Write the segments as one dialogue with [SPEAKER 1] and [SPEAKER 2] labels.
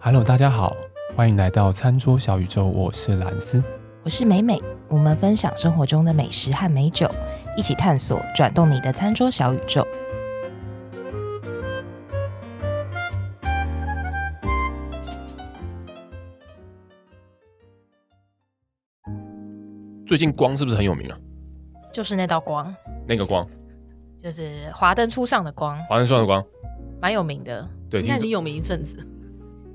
[SPEAKER 1] Hello，大家好，欢迎来到餐桌小宇宙，我是蓝斯。
[SPEAKER 2] 我是美美，我们分享生活中的美食和美酒，一起探索转动你的餐桌小宇宙。
[SPEAKER 3] 最近光是不是很有名啊？
[SPEAKER 4] 就是那道光，
[SPEAKER 3] 那个光，
[SPEAKER 4] 就是华灯初上的光，
[SPEAKER 3] 华盛顿的光，
[SPEAKER 4] 蛮有名的。
[SPEAKER 3] 对，
[SPEAKER 5] 应
[SPEAKER 3] 听
[SPEAKER 5] 该已
[SPEAKER 3] 说
[SPEAKER 5] 经有名一阵子，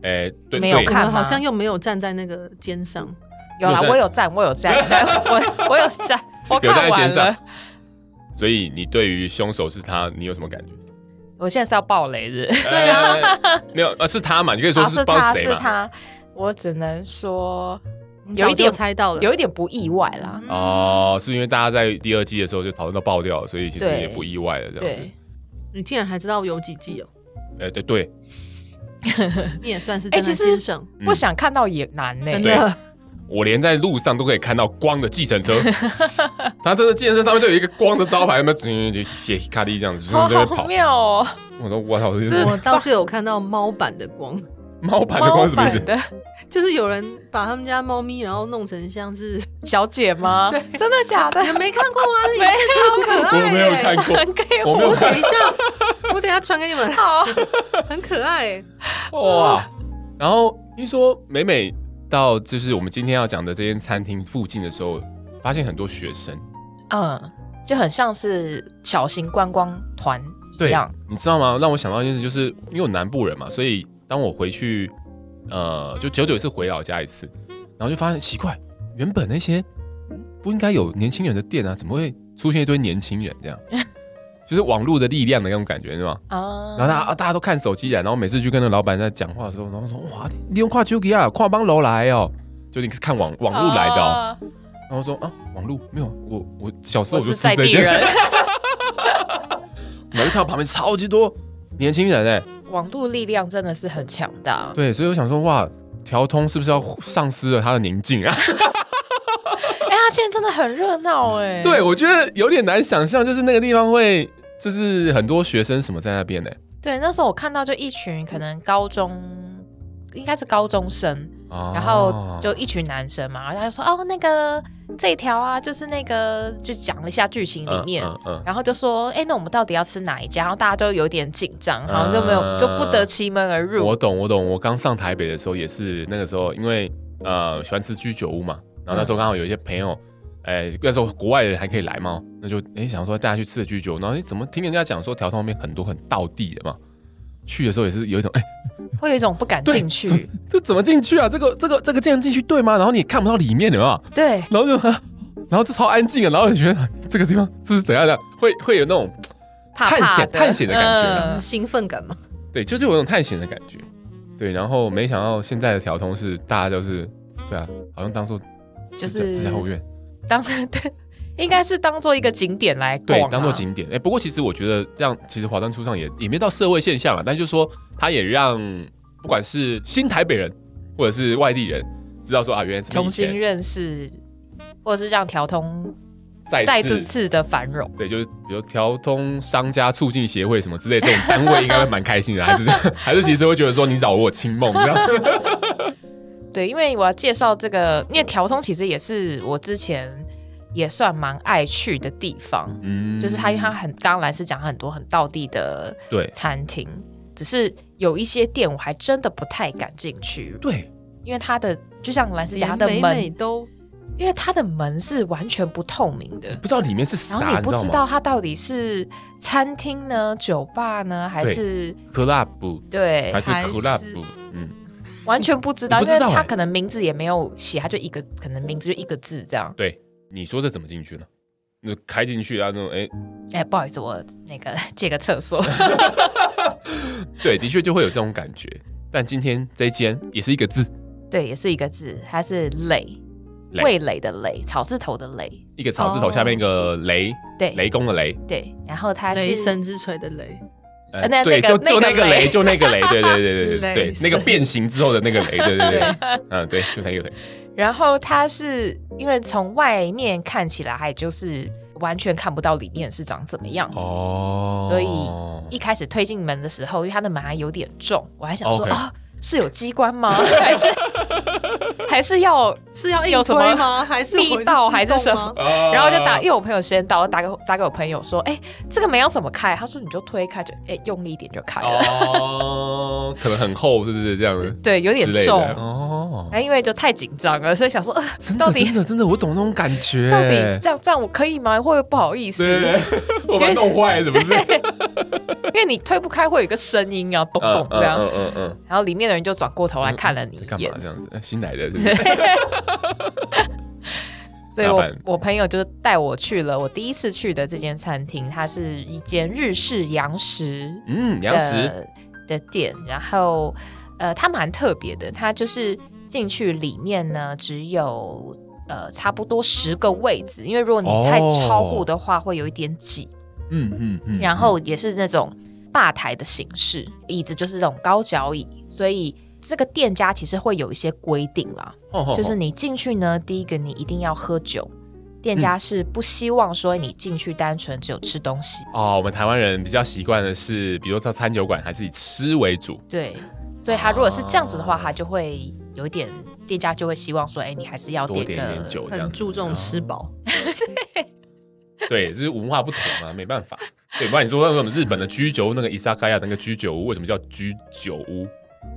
[SPEAKER 3] 哎，对，
[SPEAKER 4] 没有
[SPEAKER 3] 对
[SPEAKER 4] 看
[SPEAKER 5] 我们好
[SPEAKER 4] 吗
[SPEAKER 5] 像又没有站在那个肩上，
[SPEAKER 4] 有啦，
[SPEAKER 3] 有在
[SPEAKER 4] 我有站，我有站， 我我有站，我
[SPEAKER 3] 有在
[SPEAKER 4] 看
[SPEAKER 3] 肩
[SPEAKER 4] 完
[SPEAKER 3] 上
[SPEAKER 4] 了。
[SPEAKER 3] 所以你对于凶手是他，你有什么感觉？
[SPEAKER 4] 我现在是要爆雷日，
[SPEAKER 3] 对啊，没有，呃，是他嘛？你可以说
[SPEAKER 4] 啊
[SPEAKER 3] 是不知道
[SPEAKER 4] 他
[SPEAKER 3] 谁
[SPEAKER 4] 是
[SPEAKER 3] 嘛？
[SPEAKER 4] 他，我只能说有
[SPEAKER 5] 早
[SPEAKER 4] 一
[SPEAKER 5] 就
[SPEAKER 4] 点
[SPEAKER 5] 猜到了，
[SPEAKER 4] 有一点不意外啦。
[SPEAKER 3] 哦，是因为大家在第二季的时候就讨论到爆掉，所以其实
[SPEAKER 4] 对
[SPEAKER 3] 也不意外了，这样
[SPEAKER 4] 对
[SPEAKER 3] 子。，
[SPEAKER 5] 你竟然还知道有几季哦，
[SPEAKER 3] 哎，对对，
[SPEAKER 5] 你也算是
[SPEAKER 4] 哎
[SPEAKER 5] 站在
[SPEAKER 4] 其实
[SPEAKER 5] 肩上，
[SPEAKER 3] 嗯
[SPEAKER 4] 不想看到也难呢、
[SPEAKER 5] 真
[SPEAKER 3] 对
[SPEAKER 5] 的。
[SPEAKER 3] 我连在路上都可以看到光的计程车，他真的计程车上面就有一个光的招牌，有没有？就写卡利这样子，就
[SPEAKER 4] 好
[SPEAKER 3] 在那边
[SPEAKER 4] 好
[SPEAKER 3] 跑。
[SPEAKER 4] 妙哦，
[SPEAKER 3] 我说我操，这
[SPEAKER 4] 这
[SPEAKER 3] 是
[SPEAKER 5] 我倒是有看到猫版的光，
[SPEAKER 3] 猫版的光是什么
[SPEAKER 4] 版
[SPEAKER 3] 意思？
[SPEAKER 4] 的
[SPEAKER 5] 就是有人把他们家猫咪，然后弄成像是
[SPEAKER 4] 小姐 吗？真的假的？
[SPEAKER 5] 你们没看过吗？ 那
[SPEAKER 4] 没啊
[SPEAKER 3] 我
[SPEAKER 5] 里面超可爱耶，
[SPEAKER 3] 没有看过，
[SPEAKER 4] 传给
[SPEAKER 3] 我
[SPEAKER 4] 我
[SPEAKER 3] 没有
[SPEAKER 5] 我
[SPEAKER 3] 看
[SPEAKER 5] 等一下，我等一下传给你们，
[SPEAKER 4] 好，啊
[SPEAKER 5] 很可爱耶。
[SPEAKER 3] 哇！然后听说美美到就是我们今天要讲的这间餐厅附近的时候，发现很多学生。
[SPEAKER 4] 嗯，就很像是小型观光团一
[SPEAKER 3] 对
[SPEAKER 4] 样。，
[SPEAKER 3] 你知道吗？让我想到一件事，就是因为我南部人嘛，所以当我回去，呃，就久久一次回老家一次，然后就发现奇怪，原本那些不应该有年轻人的店啊，怎么会出现一堆年轻人这 样？就是网络的力量的那种感觉，是吗？
[SPEAKER 4] 啊
[SPEAKER 3] 然后大家、啊、大家都看手机啊，然后每次去跟那老板在讲话的时候，然后说哇，你用跨丘吉亚跨帮楼来哦，就你是看网网络来的哦。
[SPEAKER 4] 啊
[SPEAKER 3] 然后说啊，网络没有，我我小时候
[SPEAKER 4] 我
[SPEAKER 3] 我就是吃
[SPEAKER 4] 在
[SPEAKER 3] 这
[SPEAKER 4] 地
[SPEAKER 3] 些，
[SPEAKER 4] 人，
[SPEAKER 3] 然后看到旁边超级多年轻人哎、
[SPEAKER 4] 网络力量真的是很强大。
[SPEAKER 3] 对，所以我想说哇，调通是不是要丧失了他的宁静啊？
[SPEAKER 4] 哎、他现在真的很热闹哎。
[SPEAKER 3] 对，我觉得有点难想象，就是那个地方会就是很多学生什么在那边呢、
[SPEAKER 4] 对，那时候我看到就一群可能高中，应该是高中生，
[SPEAKER 3] 哦
[SPEAKER 4] 然后就一群男生嘛，然后他就说哦，那个这条啊，就是那个就讲了一下剧情里面。
[SPEAKER 3] 嗯嗯嗯
[SPEAKER 4] 然后就说，哎，那我们到底要吃哪一家？然后大家都有点紧张，好像就没有、
[SPEAKER 3] 嗯
[SPEAKER 4] 就不得其门而入。
[SPEAKER 3] 我懂，我懂。我刚上台北的时候也是那个时候，因为呃喜欢吃居酒屋嘛，然后那时候刚好有一些朋友，哎、那时候国外人还可以来嘛，那就哎、想说带他去吃的居酒屋，然后哎怎么听人家讲说条通那边很多很道地的嘛，去的时候也是有一种哎、
[SPEAKER 4] 会有一种不敢
[SPEAKER 3] 对
[SPEAKER 4] 进去。
[SPEAKER 3] 这怎么进去啊？这个这个这个竟然进去对吗？然后你也看不到里面的嘛，
[SPEAKER 4] 对，
[SPEAKER 3] 然后就。 啊然后就超安静啊的，然后你觉得 这个地方这是怎样的？会会有那种
[SPEAKER 4] 怕怕
[SPEAKER 3] 探险探险的感觉啦
[SPEAKER 4] 嗯
[SPEAKER 5] 兴奋感嘛，
[SPEAKER 3] 对，就是有那种探险的感觉。对，然后没想到现在的条通是大家就是对啊，好像当做
[SPEAKER 4] 就是
[SPEAKER 3] 自家后院，
[SPEAKER 4] 当对，应该是当做一个景点来逛、
[SPEAKER 3] 对
[SPEAKER 4] 啊，，
[SPEAKER 3] 当做。景点。哎、不过其实我觉得这样，其实华灯初上也也没到社会现象了，但就是说它也让不管是新台北人或者是外地人知道说啊，原来这么以
[SPEAKER 4] 重
[SPEAKER 3] 前
[SPEAKER 4] 新认识，或者是让调通
[SPEAKER 3] 再
[SPEAKER 4] 再
[SPEAKER 3] 次
[SPEAKER 4] 次的繁荣。
[SPEAKER 3] 对，就是比如调通商家促进协会什么之类这种单位，应该会蛮开心的，还是还是其实会觉得说你扰我清梦这样。
[SPEAKER 4] 对，因为我要介绍这个，因为调通其实也是我之前也算蛮爱去的地方，
[SPEAKER 3] 嗯
[SPEAKER 4] 就是它，因为它很，刚刚兰是讲很多很道地的
[SPEAKER 3] 对
[SPEAKER 4] 餐厅，只是有一些店我还真的不太敢进去，
[SPEAKER 3] 对，
[SPEAKER 4] 因为它的就像兰斯讲，它的
[SPEAKER 5] 连美
[SPEAKER 4] 门，
[SPEAKER 5] 美都
[SPEAKER 4] 因为它的门是完全不透明的，
[SPEAKER 3] 不知道里面是啥，
[SPEAKER 4] 然后你不知
[SPEAKER 3] 知道
[SPEAKER 4] 道
[SPEAKER 3] 吗
[SPEAKER 4] 它到底是餐厅呢、酒吧呢，还
[SPEAKER 3] 对
[SPEAKER 4] 是
[SPEAKER 3] ？club
[SPEAKER 4] 对
[SPEAKER 3] 还，是
[SPEAKER 5] 还是
[SPEAKER 3] club？嗯，
[SPEAKER 4] 完全不知道，
[SPEAKER 3] 你不知道
[SPEAKER 4] 因为
[SPEAKER 3] 欸
[SPEAKER 4] 它可能名字也没有写，它就一个可能名字就一个字这样。
[SPEAKER 3] 对，你说这怎么进去呢？那开进去啊，那种哎，
[SPEAKER 4] 哎、不好意思，我那个 借个厕 所。
[SPEAKER 3] 对，的确就会有这种感觉。但今天这一间也是一个字，
[SPEAKER 4] 对，也是一个字，它是累，
[SPEAKER 3] 累
[SPEAKER 4] 味蕾的蕾，草字头的蕾。
[SPEAKER 3] 一个草字
[SPEAKER 4] 哦
[SPEAKER 3] 头下面一个雷，
[SPEAKER 4] 对
[SPEAKER 3] 雷公的雷，
[SPEAKER 4] 对，然后它
[SPEAKER 5] 雷
[SPEAKER 4] 是
[SPEAKER 5] 神之锤的雷，
[SPEAKER 3] 呃
[SPEAKER 4] 呃那
[SPEAKER 3] 对，
[SPEAKER 4] 那个
[SPEAKER 3] 就就
[SPEAKER 4] 那个
[SPEAKER 3] 那个
[SPEAKER 4] 雷
[SPEAKER 3] 雷，就那个雷，对对对 对对
[SPEAKER 5] 雷
[SPEAKER 3] 对，那个
[SPEAKER 5] 神
[SPEAKER 3] 变形之后的那个雷，对对对，嗯，对，就那个雷。
[SPEAKER 4] 然后它是因为从外面看起来，还就是完全看不到里面是长怎么样子。
[SPEAKER 3] 哦
[SPEAKER 4] 所以一开始推进门的时候，因为它的门还有点重，我还想说
[SPEAKER 3] OK
[SPEAKER 4] 哦，是有机关 吗？还是还是要？
[SPEAKER 5] 是要硬
[SPEAKER 4] 有什么
[SPEAKER 5] 推吗？还是
[SPEAKER 4] 力
[SPEAKER 5] 我
[SPEAKER 4] 道
[SPEAKER 5] 自
[SPEAKER 4] 还是
[SPEAKER 5] 动
[SPEAKER 4] 什
[SPEAKER 5] 吗
[SPEAKER 4] 么
[SPEAKER 3] 啊
[SPEAKER 4] 然后就打，因为我朋友时间到，我打给我打给我朋友说，哎、这个门要怎么开？他说你就推开，就哎、用力一点就开了。
[SPEAKER 3] 哦，可能很厚，是不是这样子？
[SPEAKER 4] 对，有点
[SPEAKER 3] 之类的
[SPEAKER 4] 重。
[SPEAKER 3] 哦。
[SPEAKER 4] 哎，因为就太紧张了，所以想说，呃
[SPEAKER 3] 真
[SPEAKER 4] 到
[SPEAKER 3] 的
[SPEAKER 4] 底
[SPEAKER 3] 真的真的，我懂那种感觉。
[SPEAKER 4] 到底这样这样我可以吗？会不会不好意思？
[SPEAKER 3] 对， 我把它弄坏怎么是？
[SPEAKER 4] 因为你推不开会有一个声音啊，咚
[SPEAKER 3] 嗯
[SPEAKER 4] 咚这样，
[SPEAKER 3] 嗯嗯嗯
[SPEAKER 4] 然后里面的人就转过头来看了你
[SPEAKER 3] 嗯，在
[SPEAKER 4] 一
[SPEAKER 3] 干嘛
[SPEAKER 4] 眼，
[SPEAKER 3] 这样子？哎新来的，是不 是？
[SPEAKER 4] 所以
[SPEAKER 3] 麻
[SPEAKER 4] 我
[SPEAKER 3] 烦
[SPEAKER 4] 我朋友就带我去了我第一次去的这间餐厅，它是一间日式洋食
[SPEAKER 3] 嗯，
[SPEAKER 4] 的
[SPEAKER 3] 粮食，
[SPEAKER 4] 的店，然后呃，它蛮特别的，它就是进去里面呢只有。呃，差不多十个位子，因为如果你菜
[SPEAKER 3] 哦
[SPEAKER 4] 超过的话，会有一点挤。
[SPEAKER 3] 嗯嗯嗯。
[SPEAKER 4] 然后也是那种吧台的形式，椅子就是这种高脚椅，所以这个店家其实会有一些规定啦，
[SPEAKER 3] 哦
[SPEAKER 4] 就是你进去呢，第一个你一定要喝酒，店家是不希望说你进去单纯只有吃东西，
[SPEAKER 3] 哦，我们台湾人比较习惯的是，比如说到餐酒馆还是以吃为主。
[SPEAKER 4] 对，所以他如果是这样子的话，
[SPEAKER 3] 啊
[SPEAKER 4] 他就会有一点。店家就会希望说，哎、你还是要
[SPEAKER 3] 多
[SPEAKER 4] 点
[SPEAKER 3] 点一点
[SPEAKER 4] 个，
[SPEAKER 3] 酒，这样
[SPEAKER 5] 很
[SPEAKER 3] 子
[SPEAKER 5] 注重吃饱，
[SPEAKER 3] 对，这是文化不同嘛，没办法。对，不然你说那个我们日本的居酒屋，那个伊萨卡亚那个居酒屋，为什么叫居酒屋？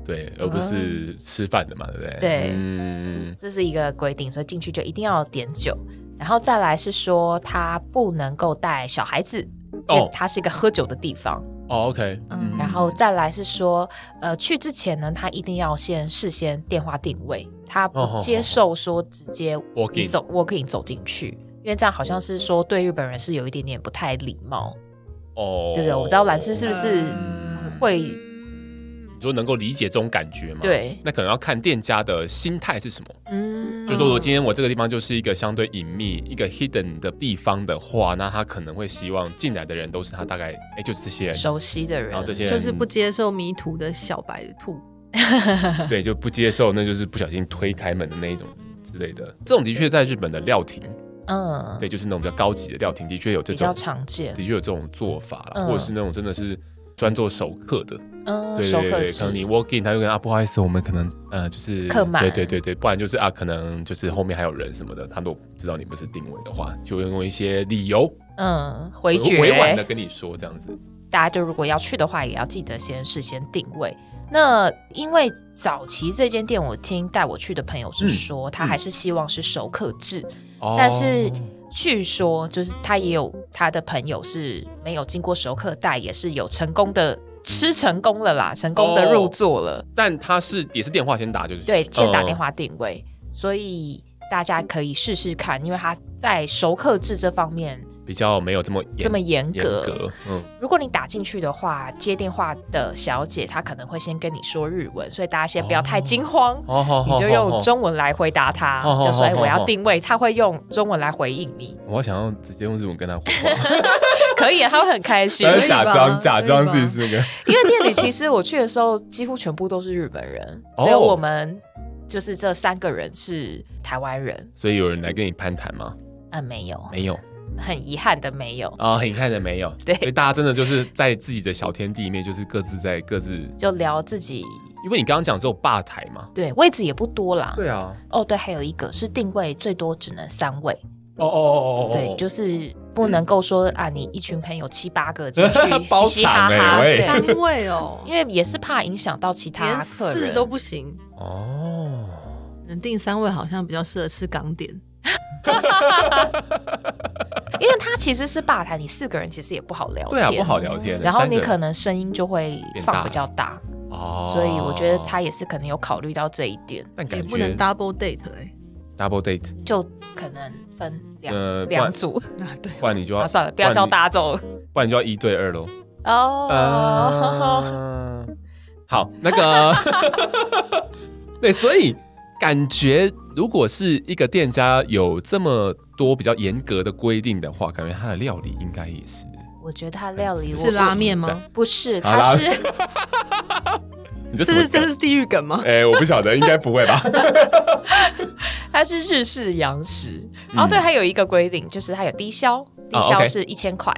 [SPEAKER 3] 对，而不是吃饭的嘛，对不对？
[SPEAKER 4] 哦对
[SPEAKER 3] 嗯，
[SPEAKER 4] 这是一个规定，所以进去就一定要点酒。然后再来是说，他不能够带小孩子，因为
[SPEAKER 3] 哦
[SPEAKER 4] 它是一个喝酒的地方。
[SPEAKER 3] 哦，OK，
[SPEAKER 5] 嗯
[SPEAKER 4] 然后再来是说，呃，去之前呢，他一定要先事先电话定位，他
[SPEAKER 3] 哦
[SPEAKER 4] 不接受说直接
[SPEAKER 3] Walk in
[SPEAKER 4] 你走 walk in 走进去，因为这样好像是说对日本人是有一点点不太礼貌，
[SPEAKER 3] 哦，
[SPEAKER 4] 对不对？我不知道兰斯是不
[SPEAKER 5] 是
[SPEAKER 4] 是
[SPEAKER 5] 哦嗯
[SPEAKER 4] 会
[SPEAKER 3] 你说能够理解这种感觉吗？
[SPEAKER 4] 对
[SPEAKER 3] 那可能要看店家的心态是什么。
[SPEAKER 4] 嗯，
[SPEAKER 3] 就说如果今天我这个地方就是一个相对隐秘、一个 hidden 的地方的话，那他可能会希望进来的人都是他大概哎，就是这些人，
[SPEAKER 4] 熟悉的人，
[SPEAKER 3] 然后这些人
[SPEAKER 5] 就是不接受迷途的小白兔。
[SPEAKER 3] 对，就不接受，那就是不小心推开门的那一种之类的。这种的确在日本的料亭，
[SPEAKER 4] 嗯，
[SPEAKER 3] 对，就是那种比较高级的料亭，的确有这
[SPEAKER 4] 比
[SPEAKER 3] 种
[SPEAKER 4] 较，常见，
[SPEAKER 3] 的确有这种做法啦，
[SPEAKER 4] 嗯
[SPEAKER 3] 或者是那种真的是专做熟客的，
[SPEAKER 4] 嗯，
[SPEAKER 3] 对
[SPEAKER 4] 熟
[SPEAKER 3] 对
[SPEAKER 4] 客
[SPEAKER 3] 对，可能
[SPEAKER 4] 制
[SPEAKER 3] 你 walk in，他就跟啊不好意思，我们可能呃就是
[SPEAKER 4] 客满
[SPEAKER 3] 对对对对，不然就是啊可能就是后面还有人什么的，他都知道你不是定位的话，就会用一些理由
[SPEAKER 4] 嗯回绝
[SPEAKER 3] 委婉的跟你说这样子。
[SPEAKER 4] 大家就如果要去的话，也要记得先事先定位。那因为早期这间店，我听带我去的朋友是说，他还是希望是熟客制，
[SPEAKER 3] 哦
[SPEAKER 4] 但是据说就是他也有他的朋友是没有经过熟客带，也是有成功的吃成功了啦，成功的入座了，
[SPEAKER 3] 但他是也是电话先打，就是
[SPEAKER 4] 对，先打电
[SPEAKER 3] 嗯
[SPEAKER 4] 话定位，呃所以大家可以试试看，因为他在熟客制这方面
[SPEAKER 3] 比较没有这么严
[SPEAKER 4] 这么严
[SPEAKER 3] 严
[SPEAKER 4] 格，
[SPEAKER 3] 格，嗯。
[SPEAKER 4] 如果你打进去的话，接电话的小姐她可能会先跟你说日文，所以大家先不要太惊慌，
[SPEAKER 3] 哦，好
[SPEAKER 4] 你就用。中文来回答她，
[SPEAKER 3] 哦哦
[SPEAKER 4] 就说：“
[SPEAKER 3] 哦
[SPEAKER 4] 哎、我
[SPEAKER 3] 哦
[SPEAKER 4] 要定位。”她会用中文来回应你，
[SPEAKER 3] 我想要直接用日文跟他互 动，
[SPEAKER 4] 可
[SPEAKER 3] 啊
[SPEAKER 4] 以，她会很开心。
[SPEAKER 5] 可以吧
[SPEAKER 3] 假装假装
[SPEAKER 5] 可以
[SPEAKER 3] 自
[SPEAKER 5] 吧
[SPEAKER 3] 己是那个
[SPEAKER 4] 因为店里其实我去的时候几乎全部都是日本人，
[SPEAKER 3] 哦
[SPEAKER 4] 所以我们就是这三个人是台湾人，
[SPEAKER 3] 所以有人来跟你攀谈吗？
[SPEAKER 4] 嗯，没有，
[SPEAKER 3] 没有
[SPEAKER 4] 很遗憾的没有，
[SPEAKER 3] 啊，很看的没有。
[SPEAKER 4] 对
[SPEAKER 3] 所以大家真的就是在自己的小天地里面，就是各自在各自。
[SPEAKER 4] 就聊自己。
[SPEAKER 3] 因为你刚刚讲只有吧台嘛。
[SPEAKER 4] 对，位置也不多啦。
[SPEAKER 3] 对啊。
[SPEAKER 4] 哦，对，还有一个是定位最多只能三位，
[SPEAKER 3] 哦哦哦哦哦。
[SPEAKER 4] 对，就是不能够说啊，你一群朋友七八个进
[SPEAKER 3] 嗯包
[SPEAKER 4] 去，嘻嘻哈
[SPEAKER 3] 场
[SPEAKER 4] 哈，
[SPEAKER 3] 欸喂
[SPEAKER 4] 对
[SPEAKER 5] 三位哦，
[SPEAKER 4] 因为也是怕影响到其他
[SPEAKER 5] 连
[SPEAKER 4] 客
[SPEAKER 5] 四
[SPEAKER 4] 人。
[SPEAKER 5] 都不行，
[SPEAKER 3] 哦。
[SPEAKER 5] 能定三位好像比较适合吃港点。
[SPEAKER 4] 因为他其实是吧台，你四个人其实也不好聊天，
[SPEAKER 3] 对啊，不好。聊天。
[SPEAKER 4] 然后
[SPEAKER 3] 三个
[SPEAKER 4] 你
[SPEAKER 3] 人
[SPEAKER 4] 可能声音就会放比较大，
[SPEAKER 3] 哦，
[SPEAKER 4] 所以我觉得他也是可能有考虑到这一点，
[SPEAKER 3] 但
[SPEAKER 5] 也
[SPEAKER 3] 感
[SPEAKER 5] 不
[SPEAKER 3] 觉
[SPEAKER 5] 能 double date 哎、
[SPEAKER 3] double date，
[SPEAKER 4] 就可能分两、
[SPEAKER 3] 呃不然
[SPEAKER 4] 两组。
[SPEAKER 5] 啊对，
[SPEAKER 3] 不然你就要
[SPEAKER 4] 啊，算了，不要教大家哦走
[SPEAKER 3] 不然你，不然你就要一对二喽。
[SPEAKER 4] 哦。
[SPEAKER 3] 啊，好，那个，对，所以感觉如果是一个店家有这么多比较严格的规定的话，感觉他的料理应该也是
[SPEAKER 4] 我觉得他料理我
[SPEAKER 5] 是拉面吗？
[SPEAKER 4] 不是，
[SPEAKER 3] 好
[SPEAKER 4] 他
[SPEAKER 3] 啦
[SPEAKER 4] 是
[SPEAKER 3] 你这
[SPEAKER 5] 这
[SPEAKER 3] 什么
[SPEAKER 5] 是这
[SPEAKER 3] 梗
[SPEAKER 5] 是地狱 梗吗？
[SPEAKER 3] 哎、我不晓得，应该不会吧？
[SPEAKER 4] 它是日式洋食，然后
[SPEAKER 3] 嗯
[SPEAKER 4] 对，还有一个规定就是它有低消，低
[SPEAKER 3] 哦
[SPEAKER 4] 消
[SPEAKER 3] ，OK
[SPEAKER 4] 是一千块，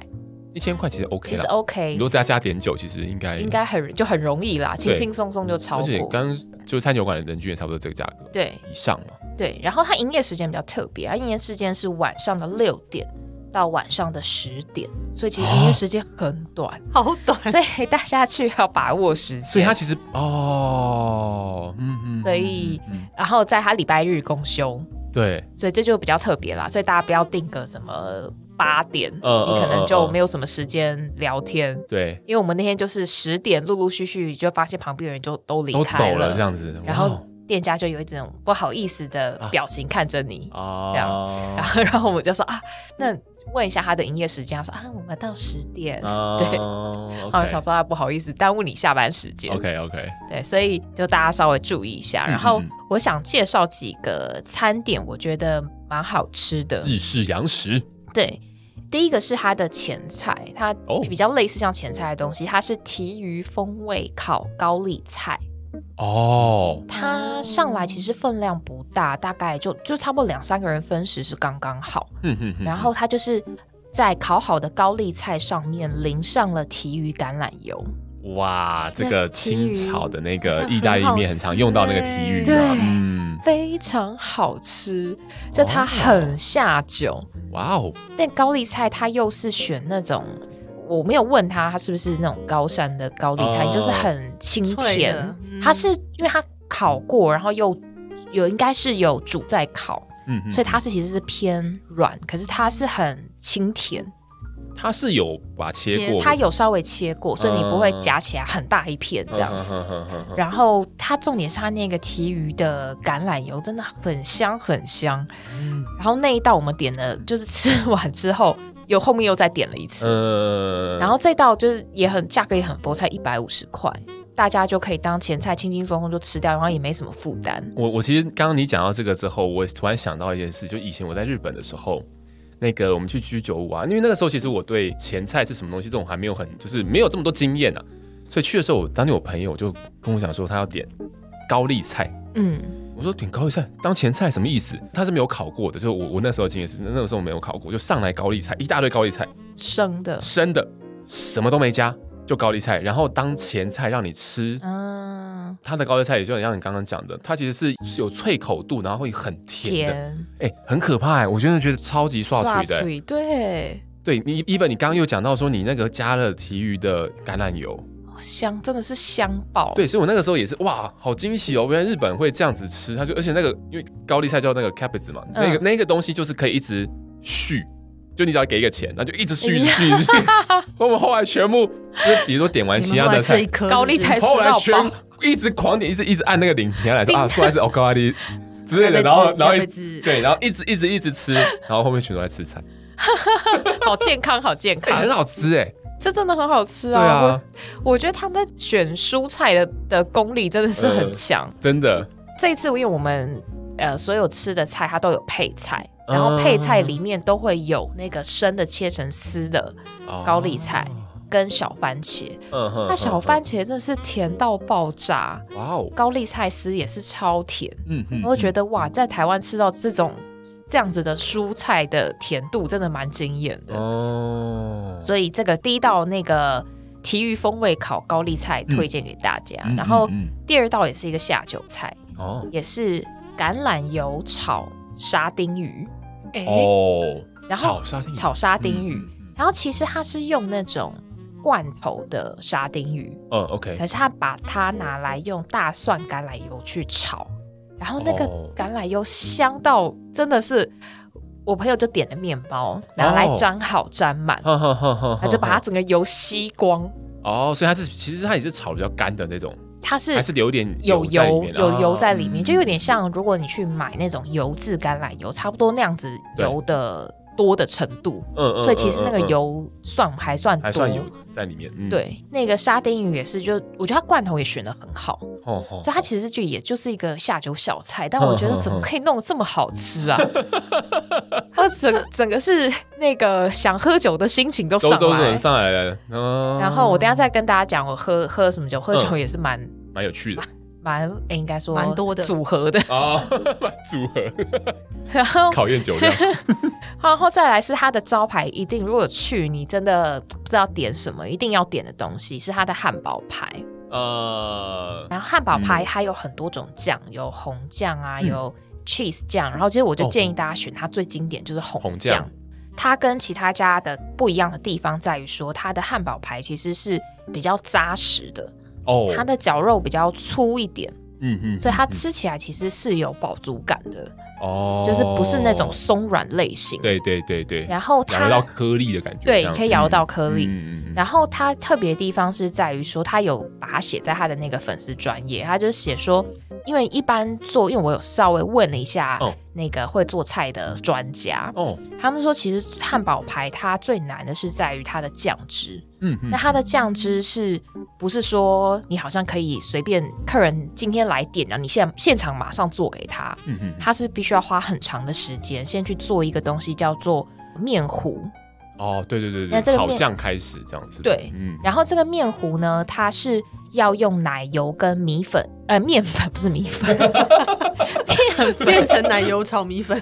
[SPEAKER 3] 一千块其实 OK
[SPEAKER 4] 其实
[SPEAKER 3] 啦。
[SPEAKER 4] OK，
[SPEAKER 3] 如果再加点酒，其实应该
[SPEAKER 4] 应该很就很容易啦，轻
[SPEAKER 3] 对
[SPEAKER 4] 轻松松就超
[SPEAKER 3] 而且
[SPEAKER 4] 过。
[SPEAKER 3] 刚就餐酒馆的人均也差不多这个价格
[SPEAKER 4] 对
[SPEAKER 3] 以上嘛。
[SPEAKER 4] 对，然后它营业时间比较特别，它营业时间是晚上的六点到晚上的十点，所以其实营业时间很短，
[SPEAKER 5] 好短，
[SPEAKER 3] 哦
[SPEAKER 4] 所以大家去要把握时间。
[SPEAKER 3] 所以它其实哦，嗯嗯，
[SPEAKER 4] 所以
[SPEAKER 3] 嗯嗯
[SPEAKER 4] 然后在它礼拜日公休，
[SPEAKER 3] 嗯对，
[SPEAKER 4] 所以这就比较特别啦。所以大家不要定个什么八点，
[SPEAKER 3] 嗯
[SPEAKER 4] 你可能就
[SPEAKER 3] 嗯嗯
[SPEAKER 4] 没有什么时间聊天。
[SPEAKER 3] 对，
[SPEAKER 4] 因为我们那天就是十点，陆陆续续就发现旁边的人就都离
[SPEAKER 3] 都
[SPEAKER 4] 开
[SPEAKER 3] 走了这样哦子，
[SPEAKER 4] 然
[SPEAKER 3] 哇
[SPEAKER 4] 后店家就有一种不好意思的表情看着你，
[SPEAKER 3] 啊哦
[SPEAKER 4] 这样然后然后我们就说啊，那问一下他的营业时间，他说啊，我们到十点， 对。
[SPEAKER 3] 哦
[SPEAKER 4] 然后想说啊，不好意思，耽误你下班时间。
[SPEAKER 3] ，OK OK，
[SPEAKER 4] 对，所以就大家稍微注意一下。
[SPEAKER 3] 嗯
[SPEAKER 4] 然后
[SPEAKER 3] 嗯
[SPEAKER 4] 我想介绍几个餐点，我觉得蛮好吃的。
[SPEAKER 3] 日式洋食，
[SPEAKER 4] 对，第一个是它的前菜，它
[SPEAKER 3] 哦
[SPEAKER 4] 比较类似像前菜的东西，它是提鱼风味烤高丽菜。
[SPEAKER 3] 哦，
[SPEAKER 4] 它上来其实分量不大，大概就就差不多两三个人分食是刚刚好。
[SPEAKER 3] 嗯嗯嗯
[SPEAKER 4] 然后它就是在烤好的高丽菜上面淋上了提鱼橄榄油，
[SPEAKER 3] 哇，这个清朝的那个
[SPEAKER 5] 那
[SPEAKER 3] 意大利面很常用到那个提鱼
[SPEAKER 4] 对
[SPEAKER 3] 嘛，嗯，
[SPEAKER 4] 非常好吃，就它
[SPEAKER 3] 哦
[SPEAKER 4] 很下酒。
[SPEAKER 3] 哇哦，
[SPEAKER 4] 但高丽菜它又是选那种。我没有问他，他是不是那种高山的高丽菜，
[SPEAKER 3] 哦
[SPEAKER 4] 就是很清
[SPEAKER 5] 脆
[SPEAKER 4] 甜
[SPEAKER 5] 的。嗯
[SPEAKER 4] 它是因为它烤过，然后又有应该是有煮在烤，
[SPEAKER 3] 嗯，嗯
[SPEAKER 4] 所以它是其实是偏软，可是它是很清甜。
[SPEAKER 3] 它是有把它切过，
[SPEAKER 4] 它有稍微切过，所以你不会
[SPEAKER 3] 嗯
[SPEAKER 4] 夹起来很大一片这样。
[SPEAKER 3] 嗯哼哼哼 哼
[SPEAKER 4] 然后它重点是它那个提鱼的橄榄油真的很香很香，
[SPEAKER 3] 嗯
[SPEAKER 4] 然后那一道我们点了，就是吃完之后有后面又再点了一次，
[SPEAKER 3] 呃
[SPEAKER 4] 然后这道就是也很价格也很佛，才一百五十块，大家就可以当前菜轻轻松松就吃掉，然后也没什么负担。
[SPEAKER 3] 我我其实刚刚你讲到这个之后，我突然想到一件事，就以前我在日本的时候，那个我们去居酒屋啊，因为那个时候其实我对前菜是什么东西这种还没有很就是没有这么多经验啊，所以去的时候，我当天我朋友就跟我讲说他要点高丽菜，
[SPEAKER 4] 嗯，
[SPEAKER 3] 我说点高丽菜当前菜什么意思？他是没有烤过的，就是我我那时候的经验是那个时候没有烤过，就上来高丽菜一大堆高丽菜
[SPEAKER 4] 生的，
[SPEAKER 3] 生的，什么都没加就高丽菜，然后当前菜让你吃，
[SPEAKER 4] 嗯，
[SPEAKER 3] 它的高丽菜也就很像你刚刚讲的，它其实是有脆口度，然后会很甜的，
[SPEAKER 4] 甜，
[SPEAKER 3] 哎、很可怕哎、我真的觉得超级刷
[SPEAKER 4] 刷
[SPEAKER 3] 脆的、
[SPEAKER 4] 嘴对，
[SPEAKER 3] 对你，even 你刚刚又讲到说你那个加了提鱼的橄榄油，
[SPEAKER 4] 哦香真的是香爆，
[SPEAKER 3] 对，所以我那个时候也是哇，好惊喜哦！原来日本会这样子吃，它就而且那个因为高丽菜叫那个 cabbage 嘛，那个那个东西就是可以一直续，就你只要给一个钱，那就一直续一直续一直续。 我们后来全部就是比如说点完其
[SPEAKER 5] 你们
[SPEAKER 3] 他
[SPEAKER 5] 后来
[SPEAKER 3] 的
[SPEAKER 5] 吃一
[SPEAKER 3] 菜，
[SPEAKER 5] 颗
[SPEAKER 4] 高丽菜
[SPEAKER 5] 是
[SPEAKER 3] 后来
[SPEAKER 4] 吃
[SPEAKER 3] 全
[SPEAKER 4] 到饱
[SPEAKER 3] 一直狂点，一直一直按那个铃，停下来说啊，不好意思，哦，高 丽之类的，然后然后一对，然后一直一直一直吃，然后后面全都在吃菜，
[SPEAKER 4] 好健康，好健
[SPEAKER 3] 哎，
[SPEAKER 4] 康
[SPEAKER 3] 很，好吃哎，
[SPEAKER 4] 这真的很好吃
[SPEAKER 3] 对
[SPEAKER 4] 啊！我
[SPEAKER 3] 啊，
[SPEAKER 4] 我觉得他们选蔬菜的的功力真的是很强。
[SPEAKER 3] 真的，
[SPEAKER 4] 这一次，因为我们呃所有吃的菜它都有配菜，
[SPEAKER 3] 嗯
[SPEAKER 4] 然后配菜里面都会有那个生的切成丝的高丽菜跟小番茄。
[SPEAKER 3] 哦嗯哼，
[SPEAKER 4] 那小番茄真的是甜到爆炸，
[SPEAKER 3] 哇哦，
[SPEAKER 4] 高丽菜丝也是超甜。
[SPEAKER 3] 嗯嗯
[SPEAKER 4] 我会觉得哇，在台湾吃到这种这样子的蔬菜的甜度，真的蛮惊艳的。
[SPEAKER 3] 嗯哦，
[SPEAKER 4] 所以这个第一道那个提鱼风味烤高丽菜推荐给大家，然后
[SPEAKER 3] 嗯嗯
[SPEAKER 4] 第二道也是一个下酒菜，
[SPEAKER 3] 哦
[SPEAKER 4] 也是橄榄油炒沙丁鱼，
[SPEAKER 5] 哎，
[SPEAKER 3] 哦，
[SPEAKER 4] 然后
[SPEAKER 3] 炒沙丁鱼
[SPEAKER 4] 炒沙丁鱼，
[SPEAKER 3] 嗯
[SPEAKER 4] 然后其实它是用那种罐头的沙丁鱼，
[SPEAKER 3] 嗯嗯，OK，
[SPEAKER 4] 可是它把它拿来用大蒜橄榄油去炒，然后那个
[SPEAKER 3] 哦
[SPEAKER 4] 橄榄油香到真的是。我朋友就点了面包，拿来
[SPEAKER 3] 哦
[SPEAKER 4] 沾好沾满，
[SPEAKER 3] 哈哈哈哈
[SPEAKER 4] 啊他就把它整个油吸光，
[SPEAKER 3] 哦，所以它是其实它也是炒得比较干的那种，
[SPEAKER 4] 它是
[SPEAKER 3] 还是留一点
[SPEAKER 4] 有
[SPEAKER 3] 油在里
[SPEAKER 4] 油
[SPEAKER 3] 面
[SPEAKER 4] 有油在里
[SPEAKER 3] 啊
[SPEAKER 4] 面，就有点像如果你去买那种油渍橄榄油，差不多那样子
[SPEAKER 3] 对
[SPEAKER 4] 油的多的程度，
[SPEAKER 3] 嗯
[SPEAKER 4] 所以其实那个
[SPEAKER 3] 嗯嗯
[SPEAKER 4] 油算还算
[SPEAKER 3] 还
[SPEAKER 4] 多。
[SPEAKER 3] 算有在里面，嗯，
[SPEAKER 4] 对，那个沙丁鱼也是就，我觉得它罐头也选的很好，
[SPEAKER 3] 哦哦
[SPEAKER 4] 所以它其实就也就是一个下酒小菜，但我觉得怎么可以弄得这么好吃啊？ 我整整个是那个想喝酒的心情都上
[SPEAKER 3] 周周
[SPEAKER 4] 来
[SPEAKER 3] 人。上来了，哦
[SPEAKER 4] 然后我等一下再跟大家讲我喝喝什么酒，喝酒
[SPEAKER 3] 嗯
[SPEAKER 4] 也是蛮
[SPEAKER 3] 蛮有趣的
[SPEAKER 4] 蛮、诶应该说
[SPEAKER 5] 蛮多的
[SPEAKER 4] 组合的。
[SPEAKER 3] 哦，组合
[SPEAKER 4] 然后
[SPEAKER 3] 考验酒量，
[SPEAKER 4] 然后再来是它的招牌，一定如果去你真的不知道点什么，一定要点的东西是它的汉堡排。
[SPEAKER 3] 呃，
[SPEAKER 4] 然后汉堡排还有很多种酱，有红酱啊，
[SPEAKER 3] 嗯
[SPEAKER 4] 有 cheese 酱。然后其实我就
[SPEAKER 3] 哦
[SPEAKER 4] 建议大家选它最经典就是红
[SPEAKER 3] 红
[SPEAKER 4] 酱。
[SPEAKER 3] 酱
[SPEAKER 4] 它跟其他家的不一样的地方在于说，它的汉堡排其实是比较扎实的，
[SPEAKER 3] 哦，
[SPEAKER 4] 它的绞肉比较粗一点，
[SPEAKER 3] 嗯嗯，
[SPEAKER 4] 所以它
[SPEAKER 3] 嗯
[SPEAKER 4] 吃起来其实是有饱足感的，
[SPEAKER 3] 哦，
[SPEAKER 4] 就是不是那种松软类型。，
[SPEAKER 3] 对对对对，
[SPEAKER 4] 然后
[SPEAKER 3] 咬得
[SPEAKER 4] 它
[SPEAKER 3] 到颗粒的感觉，
[SPEAKER 4] 对
[SPEAKER 3] 这样
[SPEAKER 4] 可以咬得到颗粒
[SPEAKER 3] 嗯嗯嗯嗯
[SPEAKER 4] 然后它特别的地方是在于说，它有把它写在它的那个粉丝专业，它就是写说，因为一般做，因为我有稍微问了一下
[SPEAKER 3] 哦
[SPEAKER 4] 那个会做菜的专家，
[SPEAKER 3] 哦，
[SPEAKER 4] 他们说其实汉堡排它最难的是在于它的酱汁，
[SPEAKER 3] 嗯嗯
[SPEAKER 4] 那它的酱汁是不是说你好像可以随便客人今天来点，然后你现现场马上做给他？
[SPEAKER 3] 嗯嗯嗯
[SPEAKER 4] 他是必须要花很长的时间，先去做一个东西叫做面糊，
[SPEAKER 3] 哦，对对对
[SPEAKER 4] 那
[SPEAKER 3] 对，
[SPEAKER 4] 这个
[SPEAKER 3] 炒
[SPEAKER 4] 面
[SPEAKER 3] 酱开始这样子，
[SPEAKER 4] 对
[SPEAKER 3] 嗯
[SPEAKER 4] 然后这个面糊呢，它是要用奶油跟米粉，呃，面粉不是米 粉，
[SPEAKER 5] 变成奶油炒米粉，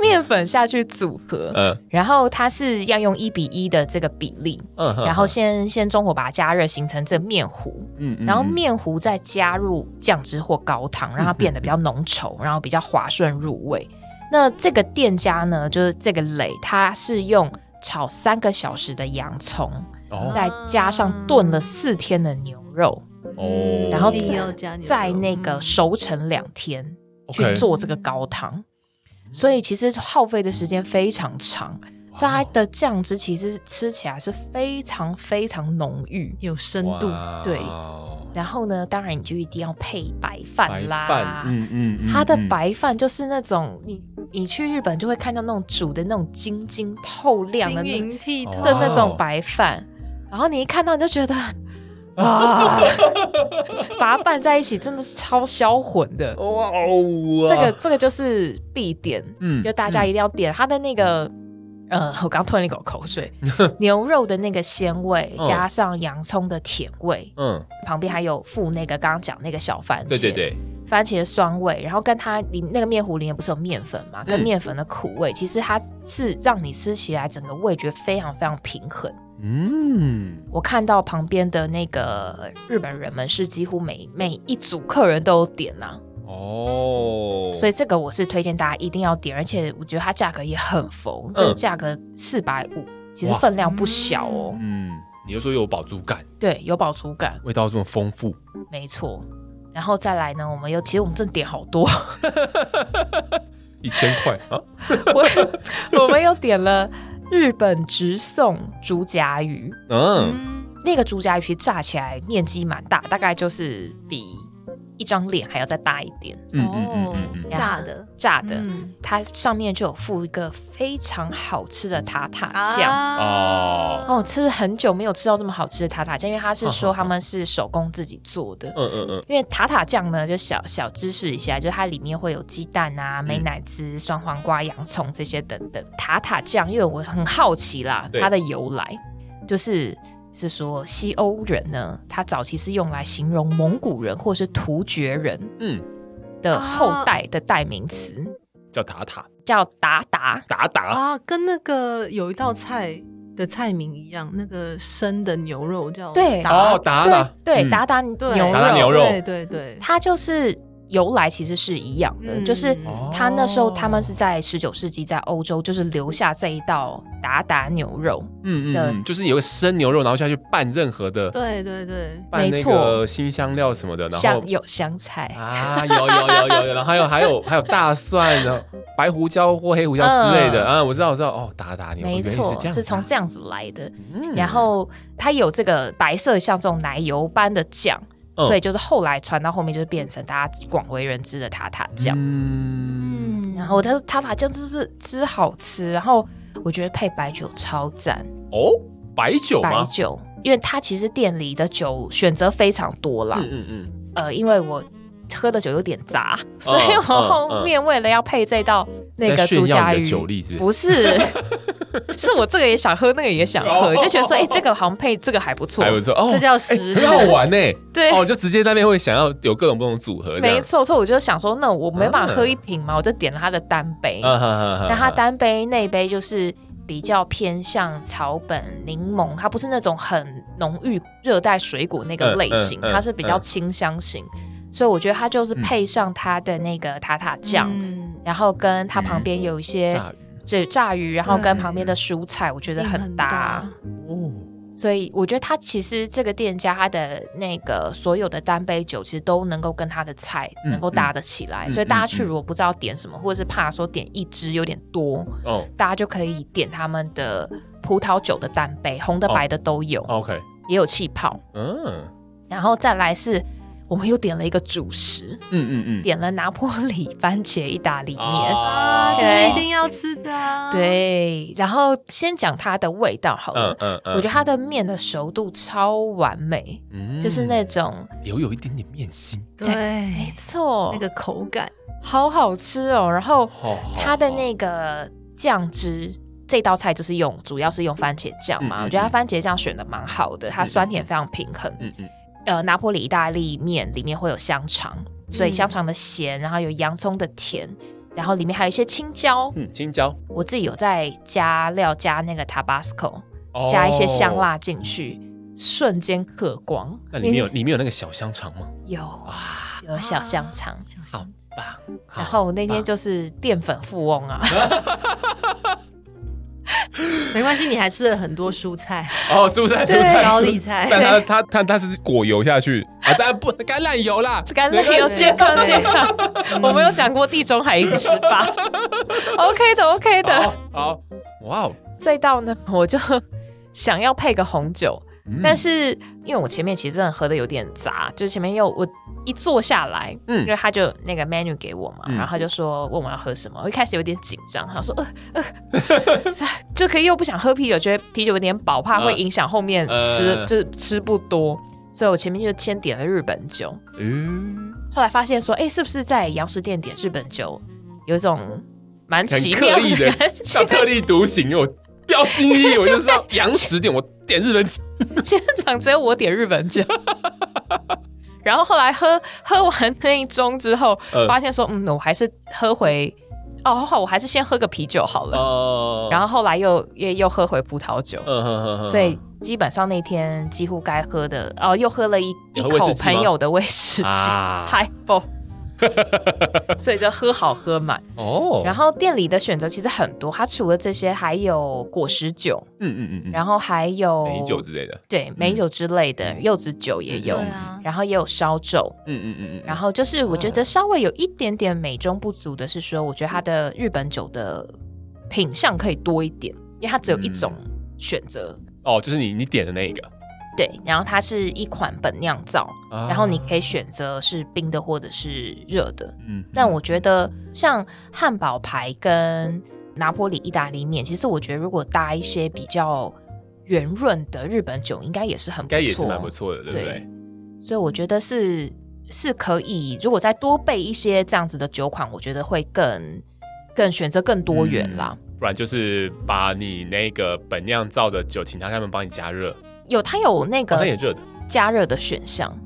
[SPEAKER 4] 面粉下去组合，
[SPEAKER 3] 呃
[SPEAKER 4] 然后它是要用一比一的这个比例，
[SPEAKER 3] 嗯，
[SPEAKER 4] 然后先先中火把它加热，形成这面糊，
[SPEAKER 3] 嗯嗯
[SPEAKER 4] 然后
[SPEAKER 3] 嗯
[SPEAKER 4] 面糊再加入酱汁或高汤，让它变得比较浓稠， 然后比较滑顺入味。那这个店家呢，就是这个磊，他是用炒三个小时的洋葱，
[SPEAKER 3] 哦
[SPEAKER 4] 再加上炖了四天的牛肉，
[SPEAKER 3] 哦，
[SPEAKER 4] 然后
[SPEAKER 5] 一定
[SPEAKER 4] 再
[SPEAKER 5] 要加牛肉
[SPEAKER 4] 在那个
[SPEAKER 5] 嗯
[SPEAKER 4] 熟成两天去
[SPEAKER 3] OK
[SPEAKER 4] 做这个高汤，所以其实耗费的时间非常长。所以
[SPEAKER 3] 哦
[SPEAKER 4] 它的酱汁其实吃起来是非常非常浓郁，
[SPEAKER 5] 有深度，
[SPEAKER 4] 对
[SPEAKER 3] 哇
[SPEAKER 4] 然后呢，当然你就一定要配白饭
[SPEAKER 3] 白
[SPEAKER 4] 啦。
[SPEAKER 3] 饭，嗯嗯嗯，
[SPEAKER 4] 它的
[SPEAKER 3] 嗯
[SPEAKER 4] 白饭就是那种你你去日本就会看到那种煮的那种晶晶透亮的
[SPEAKER 5] 晶
[SPEAKER 4] 那
[SPEAKER 5] 莹剔透
[SPEAKER 3] 哦
[SPEAKER 4] 的那种白饭，然后你一看到你就 觉得啊， 把它拌在一起真的是超销魂的。
[SPEAKER 3] 哇哦，
[SPEAKER 4] 这个这个就是必点，
[SPEAKER 3] 嗯
[SPEAKER 4] 就大家一定要点它的那个。呃，我刚吞了一口口水。 牛肉的那个鲜味，
[SPEAKER 3] 嗯
[SPEAKER 4] 加上洋葱的甜味，
[SPEAKER 3] 嗯，
[SPEAKER 4] 旁边还有附那个刚刚讲那个小番茄，
[SPEAKER 3] 对对对，
[SPEAKER 4] 番茄的酸味，然后跟它里那个面糊里面不是有面粉嘛，跟
[SPEAKER 3] 嗯
[SPEAKER 4] 面粉的苦味，其实它是让你吃起来整个味觉非常非常平衡。
[SPEAKER 3] 嗯，
[SPEAKER 4] 我看到旁边的那个日本人们是几乎每每一组客人都有点啊呐、
[SPEAKER 3] 哦，
[SPEAKER 4] 所以这个我是推荐大家一定要点，而且我觉得它价格也很佛，
[SPEAKER 3] 嗯
[SPEAKER 4] 这个价格四百五，其实
[SPEAKER 3] 哇
[SPEAKER 4] 分量不小哦。
[SPEAKER 3] 嗯，你就说有饱足感，
[SPEAKER 4] 对，有饱足感，
[SPEAKER 3] 味道这么丰富，
[SPEAKER 4] 没错。然后再来呢，我们又其实我们正点好多，
[SPEAKER 3] 一千块啊，
[SPEAKER 4] 我我们又点了日本直送竹夹鱼，
[SPEAKER 3] 嗯，
[SPEAKER 5] 嗯，
[SPEAKER 4] 那个竹夹鱼其实炸起来面积蛮大，大概就是比一张脸还要再大一点，
[SPEAKER 3] 嗯嗯嗯嗯嗯，
[SPEAKER 5] 炸的，
[SPEAKER 4] 炸的。
[SPEAKER 5] 嗯
[SPEAKER 4] 它上面就有附一个非常好吃的塔塔酱，
[SPEAKER 5] 啊
[SPEAKER 4] 哦，吃了很久没有吃到这么好吃的塔塔酱，因为他是说
[SPEAKER 3] 嗯嗯嗯
[SPEAKER 4] 他们是手工自己做的。
[SPEAKER 3] 嗯嗯嗯，
[SPEAKER 4] 因为塔塔酱呢，就小小知识一下，就是它里面会有鸡蛋啊、
[SPEAKER 3] 嗯
[SPEAKER 4] 美乃滋、酸黄瓜、洋葱这些等等。塔塔酱，因为我很好奇啦，
[SPEAKER 3] 对
[SPEAKER 4] 它的由来就是是说西欧人呢，他早期是用来形容蒙古人或是突厥人
[SPEAKER 3] 嗯，
[SPEAKER 4] 的后代的代名词，
[SPEAKER 3] 叫塔塔
[SPEAKER 4] 叫达达。
[SPEAKER 3] 达达，
[SPEAKER 5] 啊，跟那个有一道菜的菜名一样，那个生的牛肉叫
[SPEAKER 4] 对
[SPEAKER 3] 哦达达，
[SPEAKER 4] 对，
[SPEAKER 3] 嗯
[SPEAKER 4] 达达
[SPEAKER 5] 对
[SPEAKER 4] 牛
[SPEAKER 3] 达达牛
[SPEAKER 4] 肉，
[SPEAKER 3] 肉
[SPEAKER 5] 对对对，
[SPEAKER 4] 它就是由来其实是一样的，
[SPEAKER 5] 嗯
[SPEAKER 4] 就是
[SPEAKER 3] 哦
[SPEAKER 4] 他那时候他们是在十九世纪在欧洲就是留下这一道达达牛肉，
[SPEAKER 3] 嗯嗯嗯，就是有个生牛肉，然后下去拌任何的，
[SPEAKER 5] 对对对，
[SPEAKER 3] 拌那
[SPEAKER 4] 没错
[SPEAKER 3] 个新香料什么的，然后
[SPEAKER 4] 香有香菜。
[SPEAKER 3] 啊，有有有有有，然后还有还有还有大蒜，然后白胡椒或黑胡椒之类的
[SPEAKER 4] 嗯
[SPEAKER 3] 啊，我知道我知道，哦，达达牛肉
[SPEAKER 4] 没
[SPEAKER 3] 原来
[SPEAKER 4] 错
[SPEAKER 3] 是这，样，啊
[SPEAKER 4] 是从这样子来的。
[SPEAKER 3] 嗯
[SPEAKER 4] 然后它有这个白色像这种奶油般的酱，
[SPEAKER 3] 嗯
[SPEAKER 4] 所以就是后来传到后面就是变成大家广为人知的塔塔酱。
[SPEAKER 3] 嗯，
[SPEAKER 4] 然后它塔塔酱真是之好吃，然后我觉得配白酒超赞，
[SPEAKER 3] 哦，白酒
[SPEAKER 4] 白
[SPEAKER 3] 吗？
[SPEAKER 4] 酒，因为它其实店里的酒选择非常多啦。
[SPEAKER 3] 嗯嗯嗯，
[SPEAKER 4] 呃，因为我喝的酒有点杂，所以我
[SPEAKER 3] 嗯
[SPEAKER 4] 后面为了要配这道那
[SPEAKER 3] 在
[SPEAKER 4] 个
[SPEAKER 3] 炫
[SPEAKER 4] 朱
[SPEAKER 3] 耀
[SPEAKER 4] 家
[SPEAKER 3] 你
[SPEAKER 4] 鱼
[SPEAKER 3] 的酒力是不是？
[SPEAKER 4] 不是， 是我这个也想喝，那个也想喝，
[SPEAKER 3] 哦
[SPEAKER 4] 就觉得说，哎、这个好像配这个还不错
[SPEAKER 3] 还。有说哦，
[SPEAKER 5] 这叫实
[SPEAKER 3] 很好
[SPEAKER 5] 力。
[SPEAKER 3] 玩呢、
[SPEAKER 4] 对，
[SPEAKER 3] 哦，就直接那边会想要有各种不同组合，这样
[SPEAKER 4] 没。错，所以我就想说，那我没办法
[SPEAKER 3] 嗯
[SPEAKER 4] 喝一瓶嘛，我就点了他的单杯。
[SPEAKER 3] 啊哈哈哈
[SPEAKER 4] 那它单杯那杯就是比较偏向草本柠檬，它不是那种很浓郁热带水果那个类型，
[SPEAKER 3] 嗯嗯嗯
[SPEAKER 4] 它是比较清香型，所以我觉得它就是配上它的那个塔塔酱。
[SPEAKER 5] 嗯
[SPEAKER 4] 然后跟它旁边有一些
[SPEAKER 3] 炸鱼
[SPEAKER 4] 这炸鱼，然后跟旁边的蔬菜，我觉得
[SPEAKER 5] 也
[SPEAKER 4] 很搭。
[SPEAKER 3] 哦，
[SPEAKER 4] 所以我觉得它其实这个店家它的那个所有的单杯酒，其实都能够跟它的菜
[SPEAKER 3] 嗯
[SPEAKER 4] 能够搭得起来。
[SPEAKER 3] 嗯
[SPEAKER 4] 所以大家去
[SPEAKER 3] 嗯嗯
[SPEAKER 4] 如果不知道点什么，或者是怕说点一支有点多，
[SPEAKER 3] 哦
[SPEAKER 4] 大家就可以点他们的葡萄酒的单杯，红的、
[SPEAKER 3] 哦
[SPEAKER 4] 白的都有，
[SPEAKER 3] ，OK，
[SPEAKER 4] 也有气泡。
[SPEAKER 3] 嗯
[SPEAKER 4] 然后再来是，我们又点了一个主食，
[SPEAKER 3] 嗯嗯嗯，
[SPEAKER 4] 点了拿坡里番茄意大利面。
[SPEAKER 5] 啊，
[SPEAKER 3] 啊
[SPEAKER 5] 这
[SPEAKER 4] 对
[SPEAKER 5] 是一定要吃的啊。，
[SPEAKER 4] 对，然后先讲它的味道好了
[SPEAKER 3] 嗯。嗯嗯，
[SPEAKER 4] 我觉得它的面的熟度超完美，
[SPEAKER 3] 嗯
[SPEAKER 4] 就是那种
[SPEAKER 3] 留有一点点面心，
[SPEAKER 4] 没
[SPEAKER 5] 对，
[SPEAKER 4] 错，
[SPEAKER 5] 那个口感，
[SPEAKER 4] 好好吃哦。然后
[SPEAKER 3] 好好
[SPEAKER 4] 它的那个酱汁，这道菜就是用主要是用番茄酱嘛，
[SPEAKER 3] 嗯嗯
[SPEAKER 4] 我觉得它番茄酱选的蛮好的，它酸甜非常平衡。
[SPEAKER 3] 嗯嗯
[SPEAKER 4] 呃，拿破里意大利面里面会有香肠，所以香肠的咸，然后有洋葱的甜。然后里面还有一些青椒，
[SPEAKER 3] 嗯，青椒，
[SPEAKER 4] 我自己有在加料，加那个 Tabasco，、
[SPEAKER 3] 哦
[SPEAKER 4] 加一些香，辣进去，瞬间嗑光。
[SPEAKER 3] 那里面有里面有那个小香肠吗？
[SPEAKER 4] 有
[SPEAKER 3] 哇，
[SPEAKER 4] 有小香肠，
[SPEAKER 5] 啊小香
[SPEAKER 3] 棒！
[SPEAKER 4] 然后我那天就是淀粉富翁啊，
[SPEAKER 5] 没关系，你还吃了很多蔬菜，
[SPEAKER 3] 哦，蔬菜蔬菜
[SPEAKER 5] 高丽菜
[SPEAKER 3] 但它它它它是果油下去啊，当然不橄榄油啦，
[SPEAKER 4] 干脆有健康
[SPEAKER 5] 对
[SPEAKER 4] 健 康。我们有讲过地中海饮食法，OK 的 OK 的。
[SPEAKER 3] 好好，哇哦，
[SPEAKER 4] 这道呢， 我就想要配个红酒，
[SPEAKER 3] 嗯
[SPEAKER 4] 但是因为我前面其实真的喝的有点杂，就是前面又我一坐下来，
[SPEAKER 3] 嗯
[SPEAKER 4] 因为他就那个 menu 给我嘛，
[SPEAKER 3] 嗯
[SPEAKER 4] 然后他就说问我要喝什么，我一开始有点紧张，他说呃呃， 就可以又不想喝啤酒，觉得啤酒有点饱，怕会影响后面
[SPEAKER 3] 嗯
[SPEAKER 4] 吃，
[SPEAKER 3] 呃
[SPEAKER 4] 就是吃不多，所以我前面就先点了日本酒，
[SPEAKER 3] 嗯，
[SPEAKER 4] 后来发现说，哎，是不是在洋食店点日本酒有一种蛮
[SPEAKER 3] 很
[SPEAKER 4] 奇妙
[SPEAKER 3] 刻意的
[SPEAKER 4] 感觉，
[SPEAKER 3] 像特立独行，我标新立异，我就知道洋食店，我点日本酒，
[SPEAKER 4] 现场只有我点日本酒。 然后后来喝喝完那一盅之后，
[SPEAKER 3] 嗯
[SPEAKER 4] 发现说，嗯，我还是喝回，哦，好，我还是先喝个啤酒好了。
[SPEAKER 3] 哦
[SPEAKER 4] 然后后来又又又喝回葡萄酒，
[SPEAKER 3] 嗯哼哼哼，
[SPEAKER 4] 所以基本上那天几乎该喝的，哦，又喝了一一
[SPEAKER 3] 有喝威士忌
[SPEAKER 4] 口
[SPEAKER 3] 吗
[SPEAKER 4] 朋友的威士忌，
[SPEAKER 3] 啊
[SPEAKER 4] 嗨 哦，所以就喝好喝满。
[SPEAKER 3] 哦，
[SPEAKER 4] 然
[SPEAKER 3] 后
[SPEAKER 4] 后店里的选择其实很多，它除了这些，还有果实酒，
[SPEAKER 3] 嗯嗯嗯嗯，
[SPEAKER 4] 然后还有
[SPEAKER 3] 美酒之类的，
[SPEAKER 4] 对美酒之类的，柚子酒也有，
[SPEAKER 5] 对啊
[SPEAKER 4] 然后也有烧酒。
[SPEAKER 3] 嗯嗯嗯嗯，
[SPEAKER 4] 然后就是我觉得稍微有一点点美中不足的是说，我觉得它的日本酒的品相可以多一点，因为它只有一种
[SPEAKER 3] 嗯
[SPEAKER 4] 选择。
[SPEAKER 3] 哦，就是你你点的那一个，
[SPEAKER 4] 对，然后它是一款本酿造，
[SPEAKER 3] 啊
[SPEAKER 4] 然后你可以选择是冰的或者是热的。
[SPEAKER 3] 嗯，
[SPEAKER 4] 但我觉得像汉堡排跟拿坡里意大利面，其实我觉得如果搭一些比较圆润的日本酒，应该也是很
[SPEAKER 3] 应
[SPEAKER 4] 不错，
[SPEAKER 3] 该也是蛮不错的，对不对？
[SPEAKER 4] 所以我觉得是是可以，如果再多备一些这样子的酒款，我觉得会更更选择更多元啦。
[SPEAKER 3] 不然就是把你那个本酿造的酒，请他他们帮你加热，
[SPEAKER 4] 有它有那
[SPEAKER 3] 好像
[SPEAKER 4] 个
[SPEAKER 3] 也热的，
[SPEAKER 4] 加热的选项，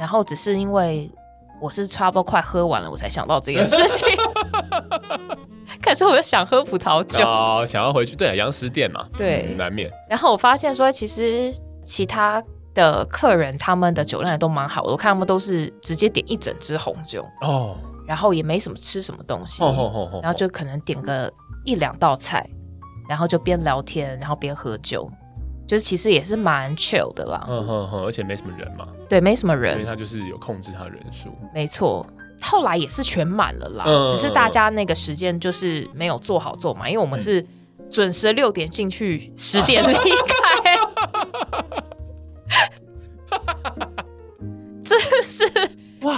[SPEAKER 4] 然后只是因为我是 trouble 快喝完了，我才想到这件事情。 可是我又想喝葡萄酒，
[SPEAKER 3] 哦，想要回去，对啊，洋食店嘛，
[SPEAKER 4] 对
[SPEAKER 3] 嗯难免，
[SPEAKER 4] 然后我发现说，其实其他的客人他们的酒量也都蛮好的，我看他们都是直接点一整支红酒，
[SPEAKER 3] 哦，
[SPEAKER 4] 然后也没什么吃什么东西，
[SPEAKER 3] 吼吼吼吼，
[SPEAKER 4] 然后就可能点个一两道菜，然后就边聊天，然后边喝酒，就是其实也是蛮 chill 的啦。
[SPEAKER 3] 嗯哼哼，而且没什么人嘛，
[SPEAKER 4] 对，没什么
[SPEAKER 3] 因为
[SPEAKER 4] 人，
[SPEAKER 3] 他就是有控制他的人数，
[SPEAKER 4] 没错。后来也是全满了啦，
[SPEAKER 3] 嗯
[SPEAKER 4] 只是大家那个时间就是没有做好做满，因为我们
[SPEAKER 3] 嗯
[SPEAKER 4] 是准时六点进去，十点离 开。真是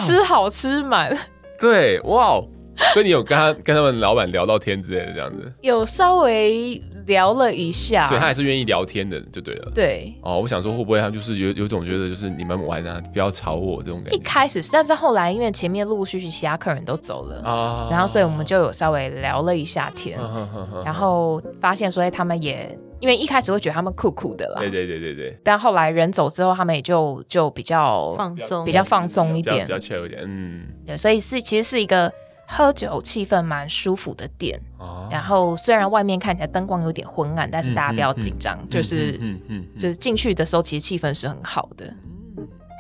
[SPEAKER 4] 吃好吃满，
[SPEAKER 3] 对，哇哦，所以你有跟他跟他们老板聊到天之类的这样子，
[SPEAKER 4] 有稍微聊了一下，
[SPEAKER 3] 所以他还是愿意聊天的，就对了。
[SPEAKER 4] 对。
[SPEAKER 3] 哦，我想说会不会他就是有有种觉得就是你们玩啊，不要吵我这种感
[SPEAKER 4] 一
[SPEAKER 3] 觉
[SPEAKER 4] 开始是，但是后来因为前面陆陆续续其他客人都走了，
[SPEAKER 3] 啊
[SPEAKER 4] 然后所以我们就有稍微聊了一下天，
[SPEAKER 3] 嗯
[SPEAKER 4] 然
[SPEAKER 3] 然
[SPEAKER 4] 后发现说哎他们也因为一开始会觉得他们酷酷的啦，
[SPEAKER 3] 对对对对对，
[SPEAKER 4] 但后来人走之后，他们也就就比较
[SPEAKER 5] 放松
[SPEAKER 4] 比较放松一点
[SPEAKER 3] 比较比较 chill 一点，嗯，
[SPEAKER 4] 对，所以是其实是一个喝酒气氛蛮舒服的店。
[SPEAKER 3] 哦
[SPEAKER 4] 然后虽然外面看起来灯光有点昏暗，但是大家不要紧张，就是、
[SPEAKER 3] 嗯嗯嗯
[SPEAKER 4] 就是进去的时候其实气氛是很好的。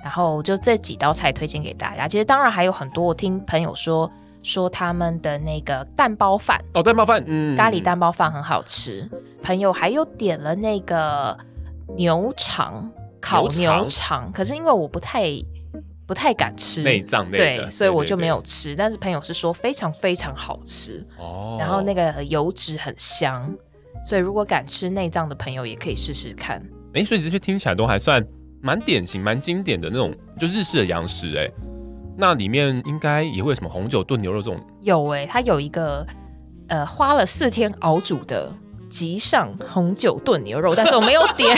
[SPEAKER 4] 然后就这几道菜推荐给大家，其实当然还有很多，我听朋友说说他们的那个蛋包饭，
[SPEAKER 3] 哦，蛋包饭，嗯，
[SPEAKER 4] 咖喱蛋包饭很好吃。朋友还有点了那个牛肠，烤
[SPEAKER 3] 牛肠
[SPEAKER 4] 牛肠，可是因为我不太不太敢吃
[SPEAKER 3] 内脏类的
[SPEAKER 4] 对，所以我就没有
[SPEAKER 3] 对
[SPEAKER 4] 吃。但是朋友是说非常非常好吃，
[SPEAKER 3] 哦，
[SPEAKER 4] 然后那个油脂很香，所以如果敢吃内脏的朋友也可以试试看。
[SPEAKER 3] 哎，所以这些听起来都还算蛮典型、蛮经典的那种，就日式的洋食。哎，那里面应该也会有什么红酒炖牛肉这种
[SPEAKER 4] 有诶、它有一个呃花了四天熬煮的极上红酒炖牛肉，但是我没有点。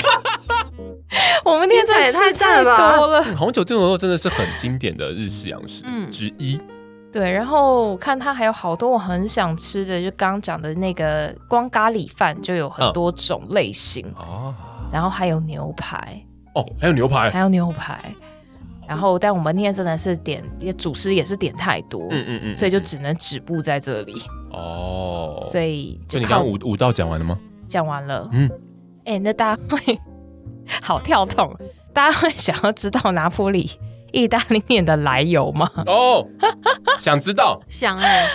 [SPEAKER 4] 我们那天真的
[SPEAKER 5] 听
[SPEAKER 4] 吃
[SPEAKER 5] 起来也
[SPEAKER 4] 太
[SPEAKER 5] 太赞了吧
[SPEAKER 4] 多了，
[SPEAKER 3] 嗯红酒炖牛肉真的是很经典的日式洋食
[SPEAKER 5] 嗯
[SPEAKER 3] 之一。
[SPEAKER 4] 对，然后我看它还有好多我很想吃的，就刚刚讲的那个光咖喱饭就有很多种类型，
[SPEAKER 3] 哦
[SPEAKER 4] 然后还有牛排，
[SPEAKER 3] 哦，还有牛排
[SPEAKER 4] 还，有牛排，然后但我们那天真的是点，也主食也是点太多，
[SPEAKER 3] 嗯嗯嗯
[SPEAKER 4] 所以就只能止步在这里，
[SPEAKER 3] 哦，
[SPEAKER 4] 所以就
[SPEAKER 3] 就你刚
[SPEAKER 4] 靠
[SPEAKER 3] 刚五五道讲完了吗？
[SPEAKER 4] 讲完了，
[SPEAKER 3] 嗯
[SPEAKER 4] 嗯，哎、那大家会好跳动，大家会想要知道拿破里意大利面的来由吗？
[SPEAKER 3] 哦，想 知道
[SPEAKER 5] 想哎、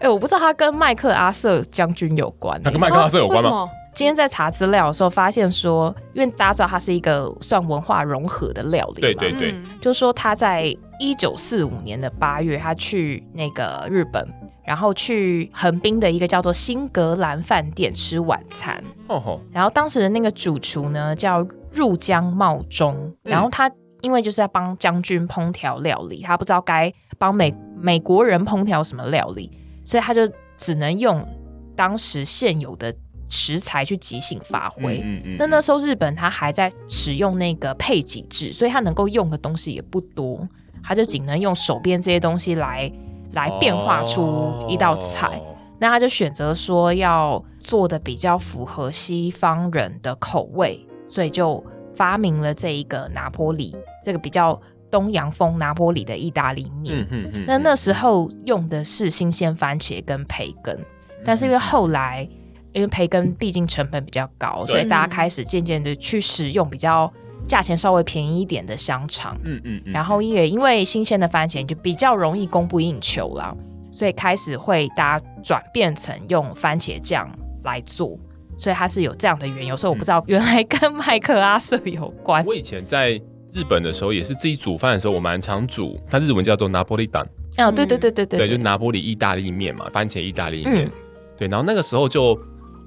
[SPEAKER 4] 哎、我不知道它跟麦克阿瑟将军有关、欸，
[SPEAKER 3] 它跟麦克阿瑟有关
[SPEAKER 5] 哦为什
[SPEAKER 3] 吗？
[SPEAKER 5] 么？
[SPEAKER 4] 今天在查资料的时候发现说，因为大家知道它是一个算文化融合的料理嘛，
[SPEAKER 3] 对对对，
[SPEAKER 5] 嗯
[SPEAKER 4] 就说他在一九四五年的八月，他去那个日本，然后去横滨的一个叫做新格兰饭店吃晚餐，
[SPEAKER 3] 哦吼，
[SPEAKER 4] 然后当时的那个主厨呢叫入江茂忠，
[SPEAKER 3] 嗯
[SPEAKER 4] 然后他因为就是在帮将军烹调料理，他不知道该帮美美国人烹调什么料理，所以他就只能用当时现有的食材去即兴发挥。
[SPEAKER 3] 嗯嗯
[SPEAKER 4] 那那时候日本它还在使用那个配给制，所以它能够用的东西也不多，它就仅能用手边这些东西来来变化出一道菜。
[SPEAKER 3] 哦
[SPEAKER 4] 那他就选择说要做的比较符合西方人的口味，所以就发明了这一个拿坡里这个比较东洋风拿坡里的意大利面。
[SPEAKER 3] 嗯嗯嗯，
[SPEAKER 4] 那那时候用的是新鲜番茄跟培根，
[SPEAKER 3] 嗯
[SPEAKER 4] 但是因为后来因为培根毕竟成本比较高，
[SPEAKER 3] 对
[SPEAKER 4] 所以大家开始渐渐的去使用比较价钱稍微便宜一点的香肠，
[SPEAKER 3] 嗯嗯嗯，
[SPEAKER 4] 然后也因为新鲜的番茄就比较容易供不应求啦，所以开始会大家转变成用番茄酱来做。所以它是有这样的缘由，所以我不知道原来跟麦克阿瑟有关。
[SPEAKER 3] 嗯我以前在日本的时候，也是自己煮饭的时候，我蛮常煮，它日文叫做拿破利蛋，
[SPEAKER 4] 啊，对对对对
[SPEAKER 3] 对，
[SPEAKER 4] 对嗯
[SPEAKER 3] 就是拿破里意大利面嘛，番茄意大利面。对，然后那个时候就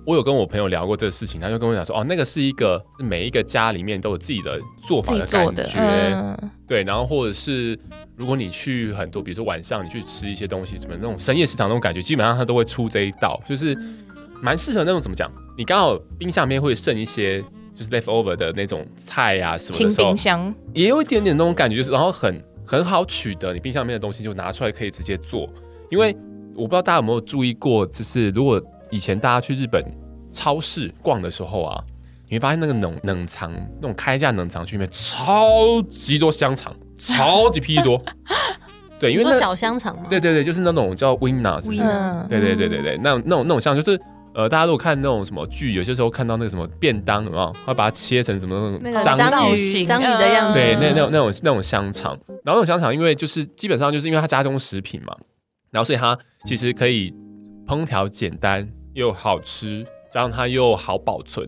[SPEAKER 3] 我有跟我朋友聊过这个事情，他就跟我讲说，哦，那个是一个每一个家里面都有自己的做
[SPEAKER 4] 自
[SPEAKER 3] 法
[SPEAKER 4] 己
[SPEAKER 3] 的
[SPEAKER 4] 做
[SPEAKER 3] 感
[SPEAKER 4] 的
[SPEAKER 3] 觉，，
[SPEAKER 4] 嗯，
[SPEAKER 3] 对，然后或者是如果你去很多，比如说晚上你去吃一些东西，什么那种深夜食堂那种感觉，基本上它都会出这一道，就是蛮适合那种怎么讲，你刚好冰箱里面会剩一些就是 leftover 的那种菜啊什么
[SPEAKER 4] 清
[SPEAKER 3] 的时候
[SPEAKER 4] 冰，箱，
[SPEAKER 3] 也有一点点那种感觉，就是然后很很好取得，你冰箱里面的东西就拿出来可以直接做。因为我不知道大家有没有注意过，就是如果以前大家去日本超市逛的时候啊，你会发现那个冷冷藏那种开价冷藏区里面超级多香肠，超级霹雳多。对，因
[SPEAKER 5] 你
[SPEAKER 3] 为
[SPEAKER 5] 说
[SPEAKER 3] 那
[SPEAKER 5] 小香肠吗？
[SPEAKER 3] 对对对，就是那种叫 winner，是不是？
[SPEAKER 5] Winner
[SPEAKER 4] 嗯，
[SPEAKER 3] 对对对对对，那种那种那种像就是。呃，大家如果看那种什么剧，有些时候看到那个什么便当，有没有？会把它切成什么
[SPEAKER 5] 那个
[SPEAKER 4] 章
[SPEAKER 5] 章
[SPEAKER 4] 造
[SPEAKER 5] 鱼
[SPEAKER 4] 型
[SPEAKER 5] 章鱼的样子，
[SPEAKER 3] 对，那那
[SPEAKER 4] 嗯
[SPEAKER 3] 种那种那种香肠，然后那种香肠，因为就是基本上就是因为它加工食品嘛，然后所以它其实可以烹调简单又好吃，加上它又好保存，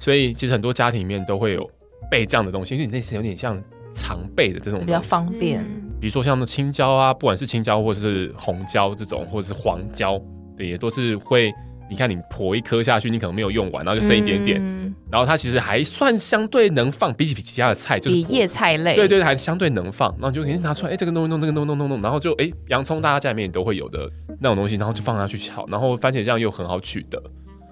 [SPEAKER 3] 所以其实很多家庭里面都会有备这样的东西，因为你那是有点像常备的这种
[SPEAKER 4] 比
[SPEAKER 3] 东
[SPEAKER 4] 较
[SPEAKER 3] 西，
[SPEAKER 4] 方便。
[SPEAKER 5] 嗯
[SPEAKER 3] 比如说像那青椒啊，不管是青椒或是红椒这种，或者是黄椒，对，也都是会。你看，你剖一颗下去，你可能没有用完，然后就剩一点点，
[SPEAKER 4] 嗯
[SPEAKER 3] 然后它其实还算相对能放，比起其他的菜就是
[SPEAKER 4] 比
[SPEAKER 3] 不
[SPEAKER 4] 叶菜类，
[SPEAKER 3] 对对，还相对能放，然后你就可以拿出来，哎，这个弄一弄，这个弄一弄弄一弄，然后就哎，洋葱大家家里面也都会有的那种东西，然后就放下去炒，然后番茄酱又很好取得，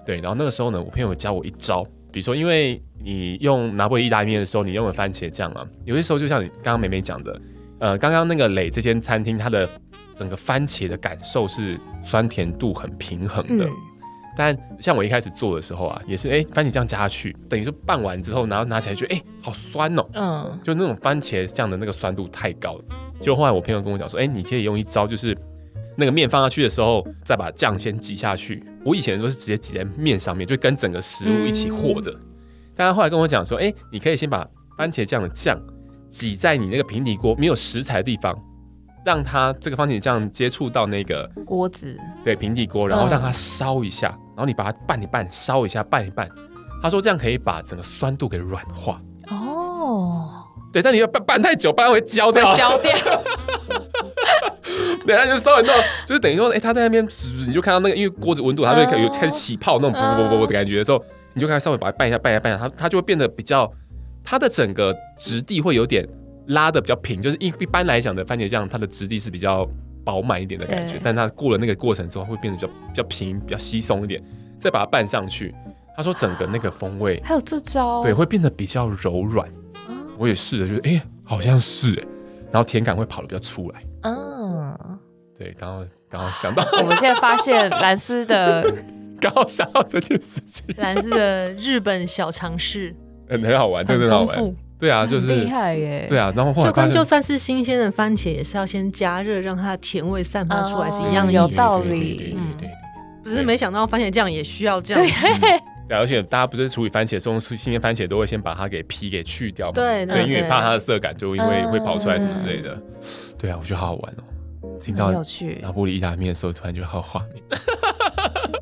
[SPEAKER 3] 对，然后那个时候呢，我朋友教我一招，比如说，因为你用拿破里意大利面的时候，你用了番茄酱嘛，有些时候就像你刚刚美美讲的，呃，刚刚那个磊这间餐厅，它的整个番茄的感受是酸甜度很平衡的。
[SPEAKER 2] 嗯，
[SPEAKER 3] 但像我一开始做的时候啊，也是哎、番茄酱加下去，等于说拌完之后，然后拿起来觉得哎、好酸哦，
[SPEAKER 4] 嗯，
[SPEAKER 3] 就那种番茄酱的那个酸度太高了。就后来我朋友跟我讲说，哎、你可以用一招，就是那个面放下去的时候，再把酱先挤下去。我以前都是直接挤在面上面，就跟整个食物一起和着。但他后来跟我讲说，哎、你可以先把番茄酱的酱挤在你那个平底锅没有食材的地方，让它这个番茄酱接触到那个
[SPEAKER 4] 锅子，
[SPEAKER 3] 对平底锅，然后
[SPEAKER 4] 嗯
[SPEAKER 3] 让它烧一下，然后你把它拌一拌，烧一下拌一拌。他说这样可以把整个酸度给软化。
[SPEAKER 4] 哦，
[SPEAKER 3] 对，但你要拌拌太久，拌到会焦掉。
[SPEAKER 4] 焦掉，
[SPEAKER 3] 对，它就烧很到，就是等于说，哎、它在那边，你就看到那个，因为锅子温度，它会开有
[SPEAKER 4] 哦
[SPEAKER 3] 开始起泡那种啵啵啵啵的感觉的时候，你就看稍微把它拌一下，拌一下，拌一下，它它就会变得比较，它的整个质地会有点拉的比较平，就是一一般来讲的番茄酱，它的质地是比较饱满一点的感觉
[SPEAKER 4] 对，
[SPEAKER 3] 但它过了那个过程之后，会变得比较比较平，比较稀松一点，再把它拌上去，他说整个那个风味，
[SPEAKER 4] 还有这招，
[SPEAKER 3] 对，会变得比较柔软。
[SPEAKER 4] 啊
[SPEAKER 3] 我也试了，就是哎、好像是、哎然后甜感会跑的比较出来。
[SPEAKER 4] 嗯，
[SPEAKER 3] 对，刚刚刚刚想到。
[SPEAKER 4] 我们现在发现蓝斯的
[SPEAKER 3] 刚好想到这件事情，
[SPEAKER 5] 蓝斯的日本小常识
[SPEAKER 3] 很很好玩，这
[SPEAKER 5] 很
[SPEAKER 3] 个真的好
[SPEAKER 5] 丰
[SPEAKER 3] 玩。
[SPEAKER 5] 富，
[SPEAKER 3] 对啊，就
[SPEAKER 4] 很
[SPEAKER 3] 是
[SPEAKER 4] 厉害耶，
[SPEAKER 3] 对，啊，然后后来
[SPEAKER 5] 就
[SPEAKER 3] 发
[SPEAKER 5] 跟就
[SPEAKER 3] 现，
[SPEAKER 5] 算是新鲜的番茄，也是要先加热让它的甜味散发出来是一样
[SPEAKER 4] 哦
[SPEAKER 5] 的
[SPEAKER 3] 嗯
[SPEAKER 4] 有
[SPEAKER 5] 意思。
[SPEAKER 4] 道
[SPEAKER 3] 对对
[SPEAKER 4] 理
[SPEAKER 3] 对对对对对
[SPEAKER 5] 只是没想到番茄酱也需要这样，
[SPEAKER 3] 对，而且大家不是处理番茄的时候，新鲜番茄都会先把它给皮给去掉嘛，
[SPEAKER 5] 对
[SPEAKER 3] 对，
[SPEAKER 5] 对
[SPEAKER 3] 因为
[SPEAKER 5] 对
[SPEAKER 3] 怕它的色感就因为
[SPEAKER 4] 嗯
[SPEAKER 3] 会跑出来什么之类的。对啊，我觉得好好玩哦。听到
[SPEAKER 4] 很有趣
[SPEAKER 3] 拿破里意大利面的时候，突然觉得好有画面。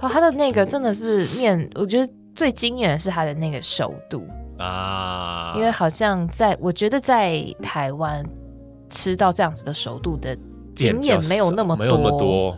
[SPEAKER 4] 哦，他的那个真的是面，我觉得最惊艳的是他的那个熟度，
[SPEAKER 3] 啊，
[SPEAKER 4] 因为好像在我觉得在台湾吃到这样子的熟度的
[SPEAKER 3] 店
[SPEAKER 4] 经
[SPEAKER 3] 比较
[SPEAKER 4] 验没有那么
[SPEAKER 3] 少没有那么多哇。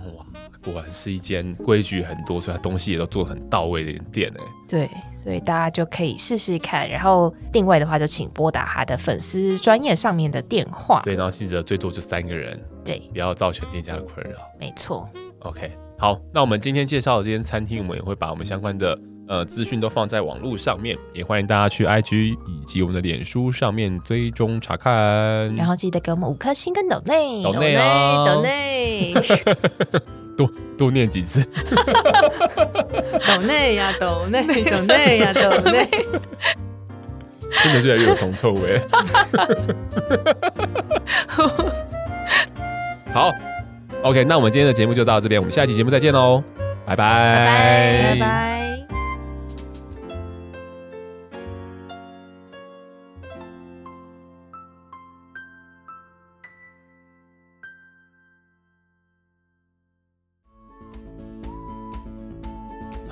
[SPEAKER 3] 果然是一间规矩很多，所以它东西也都做得很到位的店哎、
[SPEAKER 4] 对，所以大家就可以试试看。然后定位的话，就请拨打他的粉丝专业上面的电话。
[SPEAKER 3] 对，然后记得最多就三个人，
[SPEAKER 4] 对，
[SPEAKER 3] 不要造成店家的困扰。
[SPEAKER 4] 没错。
[SPEAKER 3] OK，好，那我们今天介绍的这间餐厅，我们也会把我们相关的呃资讯都放在网络上面，也欢迎大家去 IG 以及我们的脸书上面追踪查看。
[SPEAKER 4] 然后记得给我们五颗星跟抖内。
[SPEAKER 3] 抖
[SPEAKER 5] 抖
[SPEAKER 3] 内
[SPEAKER 5] 内
[SPEAKER 3] 哦
[SPEAKER 5] 抖内
[SPEAKER 3] 多多念几次，
[SPEAKER 5] 抖内呀抖内抖内呀抖 内，
[SPEAKER 3] 真的是越来越有铜臭味。好，OK，那我们今天的节目就到这边，我们下期节目再见喽，拜拜
[SPEAKER 5] 拜拜。